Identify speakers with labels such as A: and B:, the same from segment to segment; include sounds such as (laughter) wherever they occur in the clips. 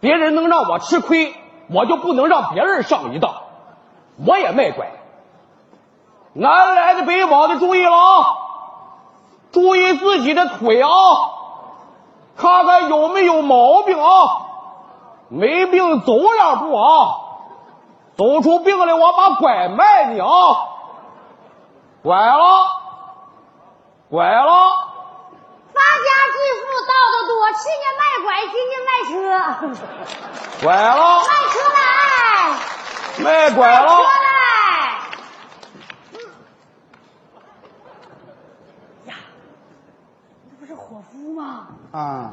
A: 别人能让我吃亏，我就不能让别人上一当。我也没拐。南来的北往的，注意了啊！注意自己的腿啊，看看有没有毛病啊。没病走两步啊，走出病来我把拐卖你啊！拐了，拐了。
B: 发家致富到的多，吃家卖拐，亲家卖车，
A: 拐了，
B: 卖车来，
A: 卖拐
B: 车
A: 了，
B: 来，那不是伙夫吗？
C: 啊，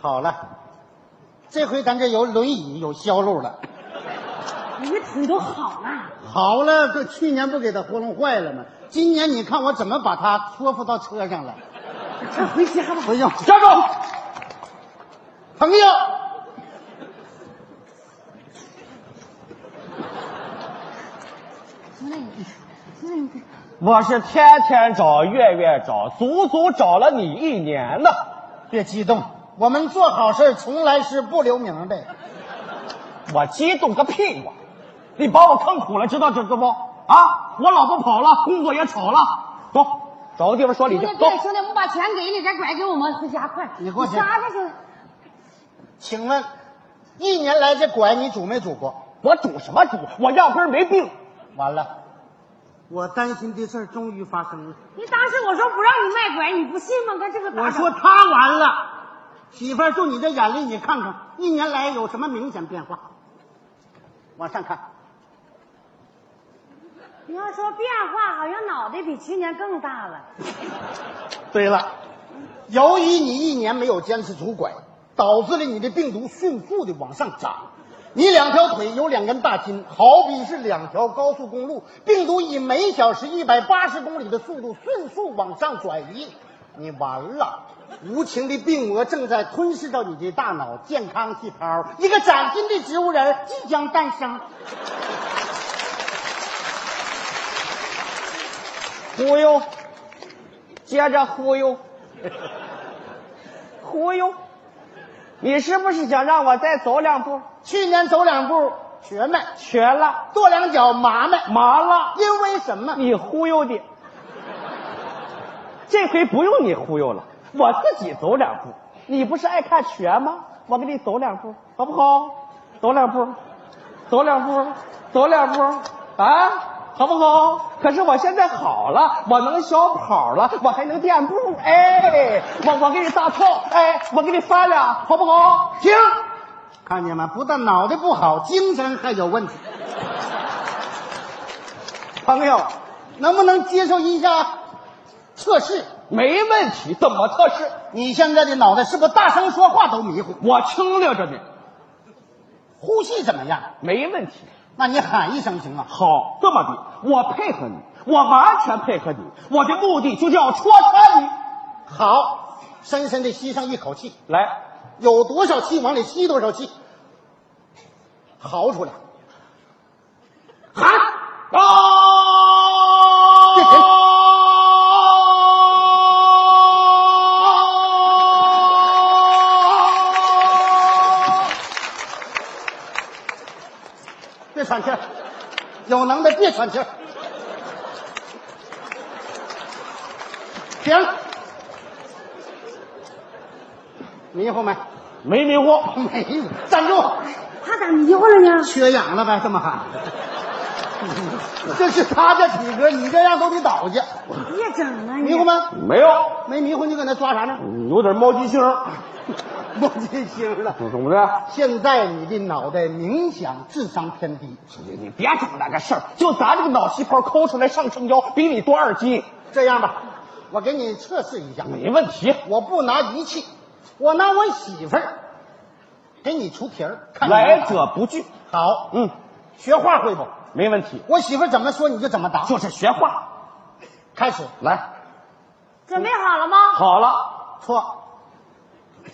C: 好了，这回咱这有轮椅有销路了。
B: 你的腿都好了，
C: 好了，这去年不给他糊弄坏了吗？今年你看我怎么把他说服到车上了？
B: 这回家吧。
C: 不用，
A: 站住！
C: 朋友，
A: 我是天天找，月月找，足足找了你一年呢。
C: 别激动，我们做好事从来是不留名的。
A: 我激动个屁呀！你把我坑苦了，知道这知道不？啊，我老婆跑了，工作也炒了，走，找个地方说理
B: 兄
A: 去
B: 弟，，
A: 走
B: 对，。兄弟，我们把钱给你，这拐给我们，回家快！
C: 你过去
B: 撒开兄弟，
C: 请问，一年来这拐你拄没拄过？
A: 我赌什么赌？我压根儿没病。
C: 完了，我担心的事儿终于发生了。
B: 你当时我说不让你卖拐，你不信吗？跟这个打
C: 我说他完了，媳妇儿，就你这眼力，你看看一年来有什么明显变化？往上看，
B: 你要说变化，好像脑袋比去年更大了。
C: 对了，由于你一年没有坚持拄拐，导致了你的病毒迅速的往上涨。你两条腿有两根大筋，好比是两条高速公路，病毒以每小时一百八十公里的速度迅速往上转移，你完了！无情的病魔正在吞噬到你的大脑健康细胞，一个崭新的植物人即将诞生。
A: 忽悠，接着忽悠， (laughs) 忽悠，你是不是想让我再走两步？
C: 去年走两步瘸迈，
A: 瘸了，
C: 跺两脚麻迈，
A: 麻了，
C: 因为什么？
A: (laughs) 你忽悠的。这回不用你忽悠了，我自己走两步。你不是爱看瘸吗？我给你走两步，好不好？走两步，走两步，走两步，啊，好不好？可是我现在好了，我能小跑了，我还能垫步，哎，我我给你大跳，哎，我给你翻俩，好不好？
C: 停！看见吗？不但脑袋不好，精神还有问题。朋友，能不能接受一下测试？
A: 没问题，怎么测试？
C: 你现在的脑袋是不是大声说话都迷糊？
A: 我清溜着呢，
C: 呼吸怎么样？
A: 没问题。
C: 那你喊一声行吗？
A: 好，这么的，我配合你，我完全配合你，我的目的就是要戳穿你。
C: 好，深深的吸上一口气，
A: 来，
C: 有多少气往里吸多少气，嚎出来。
A: 喊啊！
C: 这人别喘气儿，有能耐别喘气儿。停，迷糊没？
A: 没迷糊，
C: 没有，站住！
B: 他咋迷糊了呢？
C: 缺氧了呗？这么喊， (laughs) 这是他这体格，你这样都得倒下。
B: 别整了，
C: 迷糊吗？
A: 没有，
C: 没迷糊，你搁那抓啥呢？ (laughs)
A: 有点冒金星。
C: 冒金星了。
A: 怎么的？
C: 现在你的脑袋明显智商偏低，
A: 你别整那个事儿，就咱这个脑细胞抠出来上称腰，比你多二斤，
C: 这样吧，我给你测试一下。
A: 没问题。
C: 我不拿仪器，我拿我媳妇儿给你出题儿，看你
A: 来
C: 能答
A: 者不拒，
C: 好，
A: 嗯，
C: 学画会不？
A: 没问题，
C: 我媳妇儿怎么说你就怎么答。
A: 就是学画。
C: 开始，
A: 来，
B: 准备好了吗？
A: 好了，
C: 错。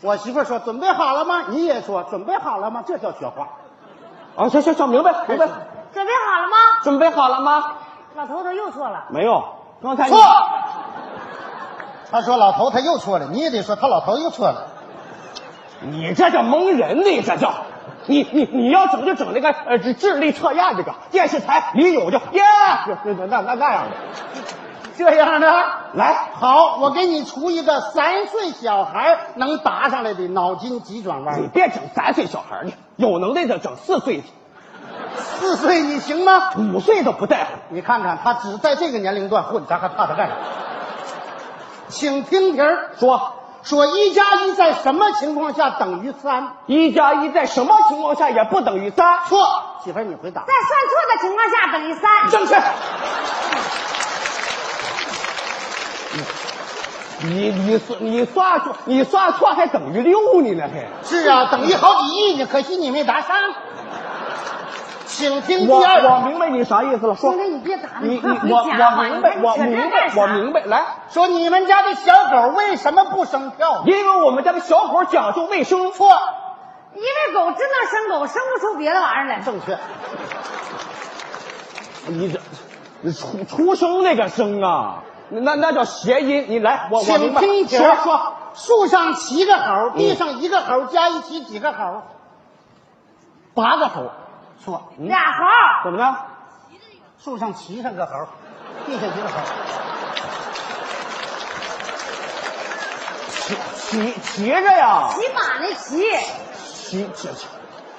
C: 我媳妇儿说准备好了吗？你也说准备好了吗？这叫学画。
A: 啊，行行行，明白明白，
B: 准备好了吗？
A: 准备好了吗？
B: 老头头又错了，
A: 没有，刚才你
C: 错。他说老头他又错了，你也得说他老头又错了。
A: 你这叫蒙人呢，这叫。你你你要整就整那个呃智智力测验这个电视台李友就耶那那那那那样的
C: 这样的。
A: 来
C: 好，我给你出一个三岁小孩能答上来的脑筋急转
A: 你
C: 弯。
A: 别整三岁小孩儿去，有能耐的整四岁的，
C: 四岁你行吗？
A: 五岁的不在乎。
C: 你看看他只在这个年龄段混，咱还怕他干啥？请听题儿，
A: 说
C: 说一加一在什么情况下等于三？
A: 一加一在什么情况下也不等于三？
C: 错，媳妇儿你回答
B: 在。算错的情况下等于三。
A: 正确。你你算你算错你算错还等于六呢呢还？
C: 是啊，等于好几亿呢，可惜你没答上。请听第
A: 我
C: 二
A: 我
C: 题，
A: 明白你啥意思了，说
B: 兄弟，你别打了，
A: 你你
B: 快回
A: 我
B: 家吧。
A: 我明白
B: 你
A: 我
B: 搁这
A: 明
B: 干
A: 白
B: 啥
A: 我明白，来，
C: 说你们家的小狗为什么不生票？
A: 因为我们家的小狗讲究卫生，
C: 错，
B: 因为狗只能生狗，生不出别的玩意儿来。
C: 正确。
A: 你这你出出生那个生啊，那那叫谐音，你来我我明
C: 请
A: 白，
C: 听题
A: 说
C: 儿，
A: 说嗯
C: 树上七个猴，地上一个猴，加一起几个猴？
A: 八个猴，
C: 错，
A: 嗯
B: 俩猴，
A: 怎么了？
C: 树上骑上个猴，地上一个猴。
A: 骑骑骑着呀，
B: 骑马那骑，
A: 骑骑骑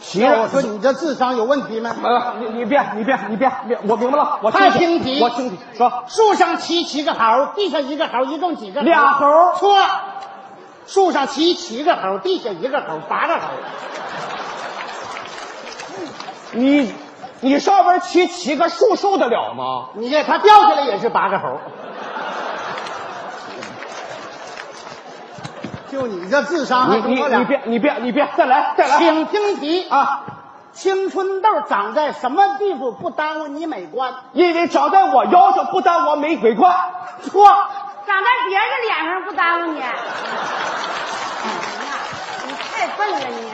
A: 骑
C: 那我
A: 着
C: 说。你这智商有问题吗？
A: 呃，你你别你别你别别，我明白了，我
C: 他
A: 听
C: 听
A: 题，
C: 题
A: 我听题，说
C: 树上骑七个猴，地上一个猴，一共几个猴？
A: 俩猴
C: 错，树上骑七个猴，地下一个猴，八个猴。
A: 你你上边骑骑个树受得了吗？
C: 你这他掉下来也是八个猴。就你这智商还
A: 你
C: 跟
A: 你
C: 我俩
A: 你别你别你别再来再来
C: 请听题啊，
A: 啊！
C: 青春痘长在什么地方不耽误你美观？
A: 因为长在我腰上不耽误玫瑰冠，
C: 错，
B: 长在别人的脸上不耽误你。哎呀，你太笨了你！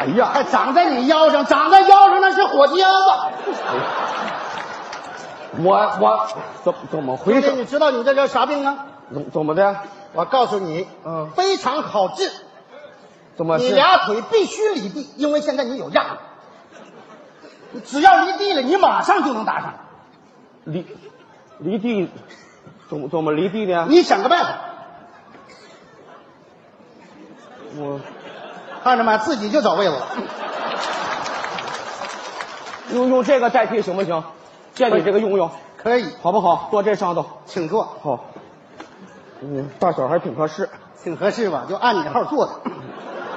A: 哎呀，
C: 哎长在你腰上，长在腰上那是火箭子。
A: 我我怎怎么回
C: 兄弟，你
A: 事？
C: 知道你这叫啥病吗？
A: 怎怎么的？
C: 我告诉你，
A: 嗯
C: 非常好治。
A: 怎么
C: 你
A: 是？
C: 俩腿必须离地，因为现在你有压力。你只要离地了，你马上就能打上。
A: 离离地怎么怎么离地呢？
C: 你想个办法，
A: 我
C: 看着没？自己就找位子了。
A: 用用这个代替行不行？借你这个用用
C: 可以，
A: 好不好？坐这上头。
C: 请坐，
A: 好，嗯，大小还挺合适。
C: 挺合适吧？就按你号坐着。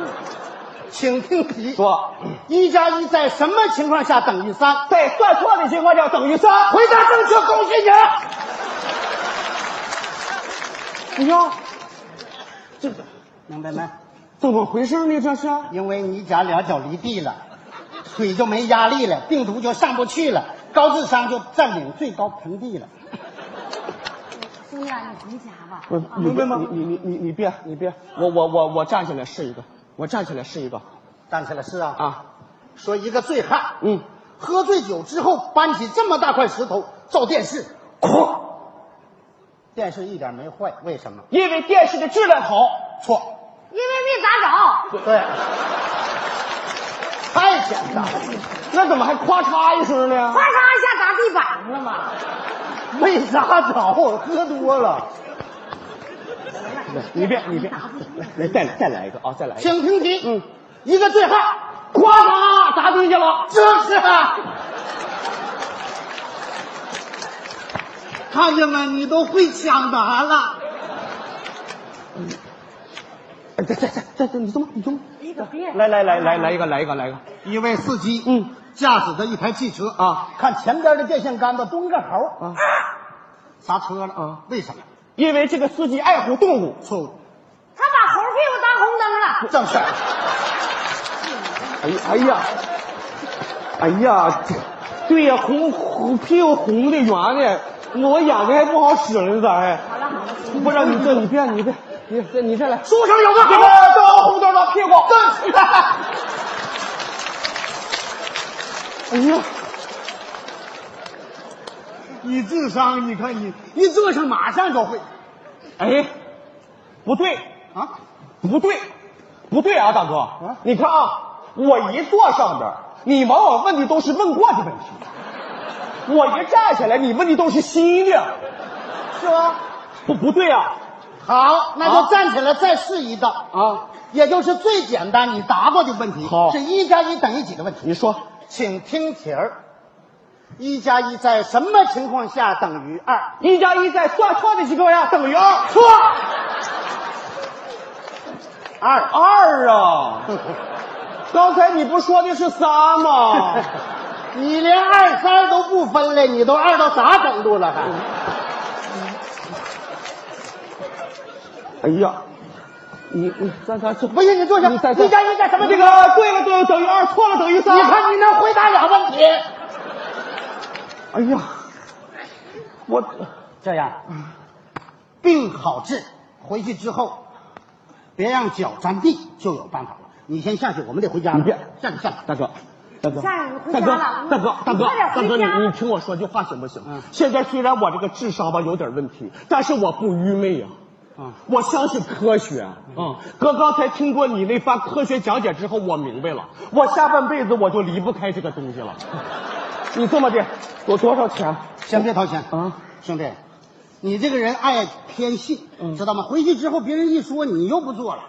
C: (coughs) 请听题：
A: 说，
C: 一加一在什么情况下等于三？
A: 在算错的情况下等于三。
C: 回答正确，恭喜你！
A: 哎呀，这
C: 明白没？
A: 怎么回事呢？这是？
C: 因为你俩俩脚离地了，腿就没压力了，病毒就上不去了，高智商就占领最高盆地了。
B: 兄弟啊，你回家吧。
A: 不是，你别你你你你你别你别，我我我我站起来试一个，我站起来试一个
C: 站起来是啊，
A: 啊，
C: 说一个醉汉，
A: 嗯，
C: 喝醉酒之后搬起这么大块石头照电视，
A: 哐，
C: 电视一点没坏，为什么？
A: 因为电视的质量好。
C: 错，
B: 因为没咋着，
C: 对，啊太简单了，
A: 那怎么还咔嚓一声呢
B: 咔？嚓一下砸地板上了嘛。
C: 没砸着，喝多 (laughs) 了。
A: 你别你别，来再来再来一个啊，再来一个。
C: 请听题，
A: 嗯，
C: 一个醉汉，
A: 咵嚓砸地下了。
C: 就是啊。 (laughs) 看见没？你都会抢答了。
A: 哎再再再再再，你怎么你怎么？
B: 你可别
A: 来来来来来一个来一个来一个。
C: 一位司机，
A: 嗯，
C: 驾驶着一台汽车
A: 啊，
C: 看前边的电线杆子蹲个猴， (laughs)
A: 啊，
C: 刹车了
A: 啊？
C: 为什么？
A: 因为这个司机爱护动物。
C: 错误，
B: 他把猴屁股当红灯了。
C: 正确。 (laughs)
A: 哎呀，哎呀，哎呀，对呀，红红屁股红的圆的，我眼睛还不好使呢，咋还？
B: 好了好了，行
A: 不是你这，你别，你别，你这你这来，
C: 树上有个
A: 这
C: 猴
A: 个，灯红灯的屁股，
C: 正
A: (laughs)
C: 确。
A: 哎呀，
C: 你智商，你看你，一坐上马上就会
A: 哎，不对，
C: 啊？
A: 不对，不对啊，大哥，你看啊，我一坐上边儿，你往往问的都是问过的问题；我一站起来，你问的都是新的，
C: 是吧？
A: 不不对啊，
C: 好，那
A: 啊
C: 就站起来再试一道
A: 啊，
C: 也就是最简单你答过的问题，
A: 好
C: 是一加一等于几的问题。
A: 你说
C: 请听题儿：一加一在什么情况下等于二？
A: 一加啊一在算错的情况下等于二，
C: 错。二
A: 二啊！刚才你不说的是三吗？
C: 你连二三都不分了，你都二到啥程度了还？
A: 哎呀，你你咱咱这
C: 不信你坐下，
A: 你再坐
C: 一加一在什么
A: 这
C: 地
A: 个
C: 方？
A: 对了等于等于二，错了等于三。
C: 你看你能回答俩问题？
A: 哎呀，我
C: 这样，病好治，回去之后别让脚沾地，就有办法了。你先下去，我们得回家了。
A: 你别
C: 下去下去。
A: 大哥，大哥，
B: 下午回
A: 大
B: 家
A: 哥，
B: 了
A: 大哥，大
B: 你
A: 哥
B: 快点，
A: 大
B: 回
A: 哥，你
B: 家
A: 你听我说句话行不行？
C: 嗯
A: 现在虽然我这个智商吧有点问题，但是我不愚昧呀、
C: 嗯
A: 我相信科学啊！嗯，哥刚才听过你那番科学讲解之后，我明白了，我下半辈子我就离不开这个东西了。你这么的，多多少钱？
C: 先别掏钱
A: 啊，
C: 兄弟，你这个人爱偏信，
A: 嗯
C: 知道吗？回去之后别人一说你又
A: (laughs)
C: 不做了，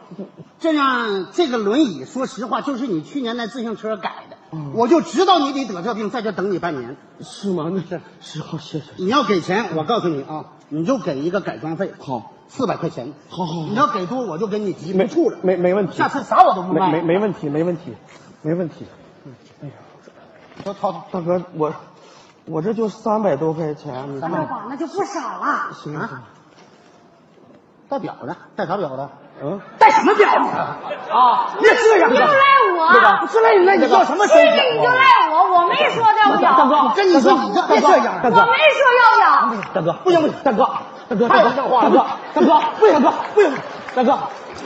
C: 这样这个轮椅，说实话就是你去年那自行车改的，
A: 嗯
C: 我就知道你得得这病，在这等你半年。
A: 是吗？那是是好，谢谢。
C: 你要给钱，我告诉你啊，你就给一个改装费，
A: 好，
C: 四百块钱。
A: 好好好
C: 你要给多我就给你急不处了，
A: 没没问题，
C: 下次啥我都不
A: 没
C: 卖。
A: 没没问题，没问题，没问题。嗯哎
C: 都掏掏
A: 大哥，我我这就三百多块钱，你
B: 三百宝那就不少了。
A: 行
C: 啊，带表的，带啥表的？
A: 嗯，
C: 带什么表啊？
A: 啊，
C: 别这样
B: 又赖我
A: 那个
C: 不是赖你赖你要什么手
B: 这个你就
C: 表啊？
B: 赖我，我没说
A: 大
B: 要表，
A: 哥，
C: 跟你说你这别这样
A: 大
B: 我没
A: 哥，
B: 说要表，
A: 大哥，不行不行，大哥，大哥，大
C: 太
A: 哥，
C: 不像话
A: 大
C: 了
A: 哥，大哥，不行，大哥，不行，大哥。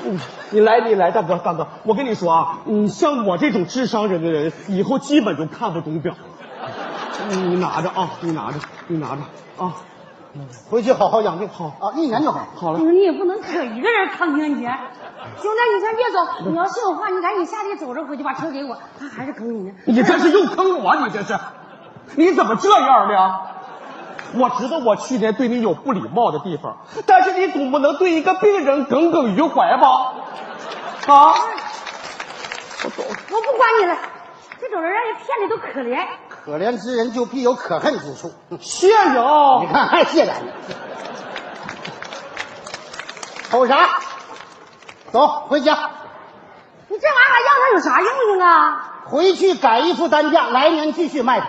A: 嗯你来，你来，大哥，大哥，我跟你说啊，嗯，像我这种智商人的人，以后基本就看不懂表了。你拿着啊，你拿着，你拿着啊，
C: 回去好好养病，好啊，一年就好。
A: 好了
B: 你。说你也不能可一个人扛情节。兄弟，你先别走，你要是有话，你赶紧下地走着回去，把车给我。他还是坑你呢。
A: 你这是又坑我，啊你这是，你怎么这样呢？我知道我去年对你有不礼貌的地方，但是你总不能对一个病人耿耿于怀吧？啊，
B: 我不管你了，这种人让人骗的都可怜。
C: 可怜之人就必有可恨之处。
A: 谢谢啊
C: 你，看，还谢咱呢。瞅啥？走，回家，
B: 你这玩意儿要他有啥用用啊？
C: 回去改一副担架，来年继续卖它。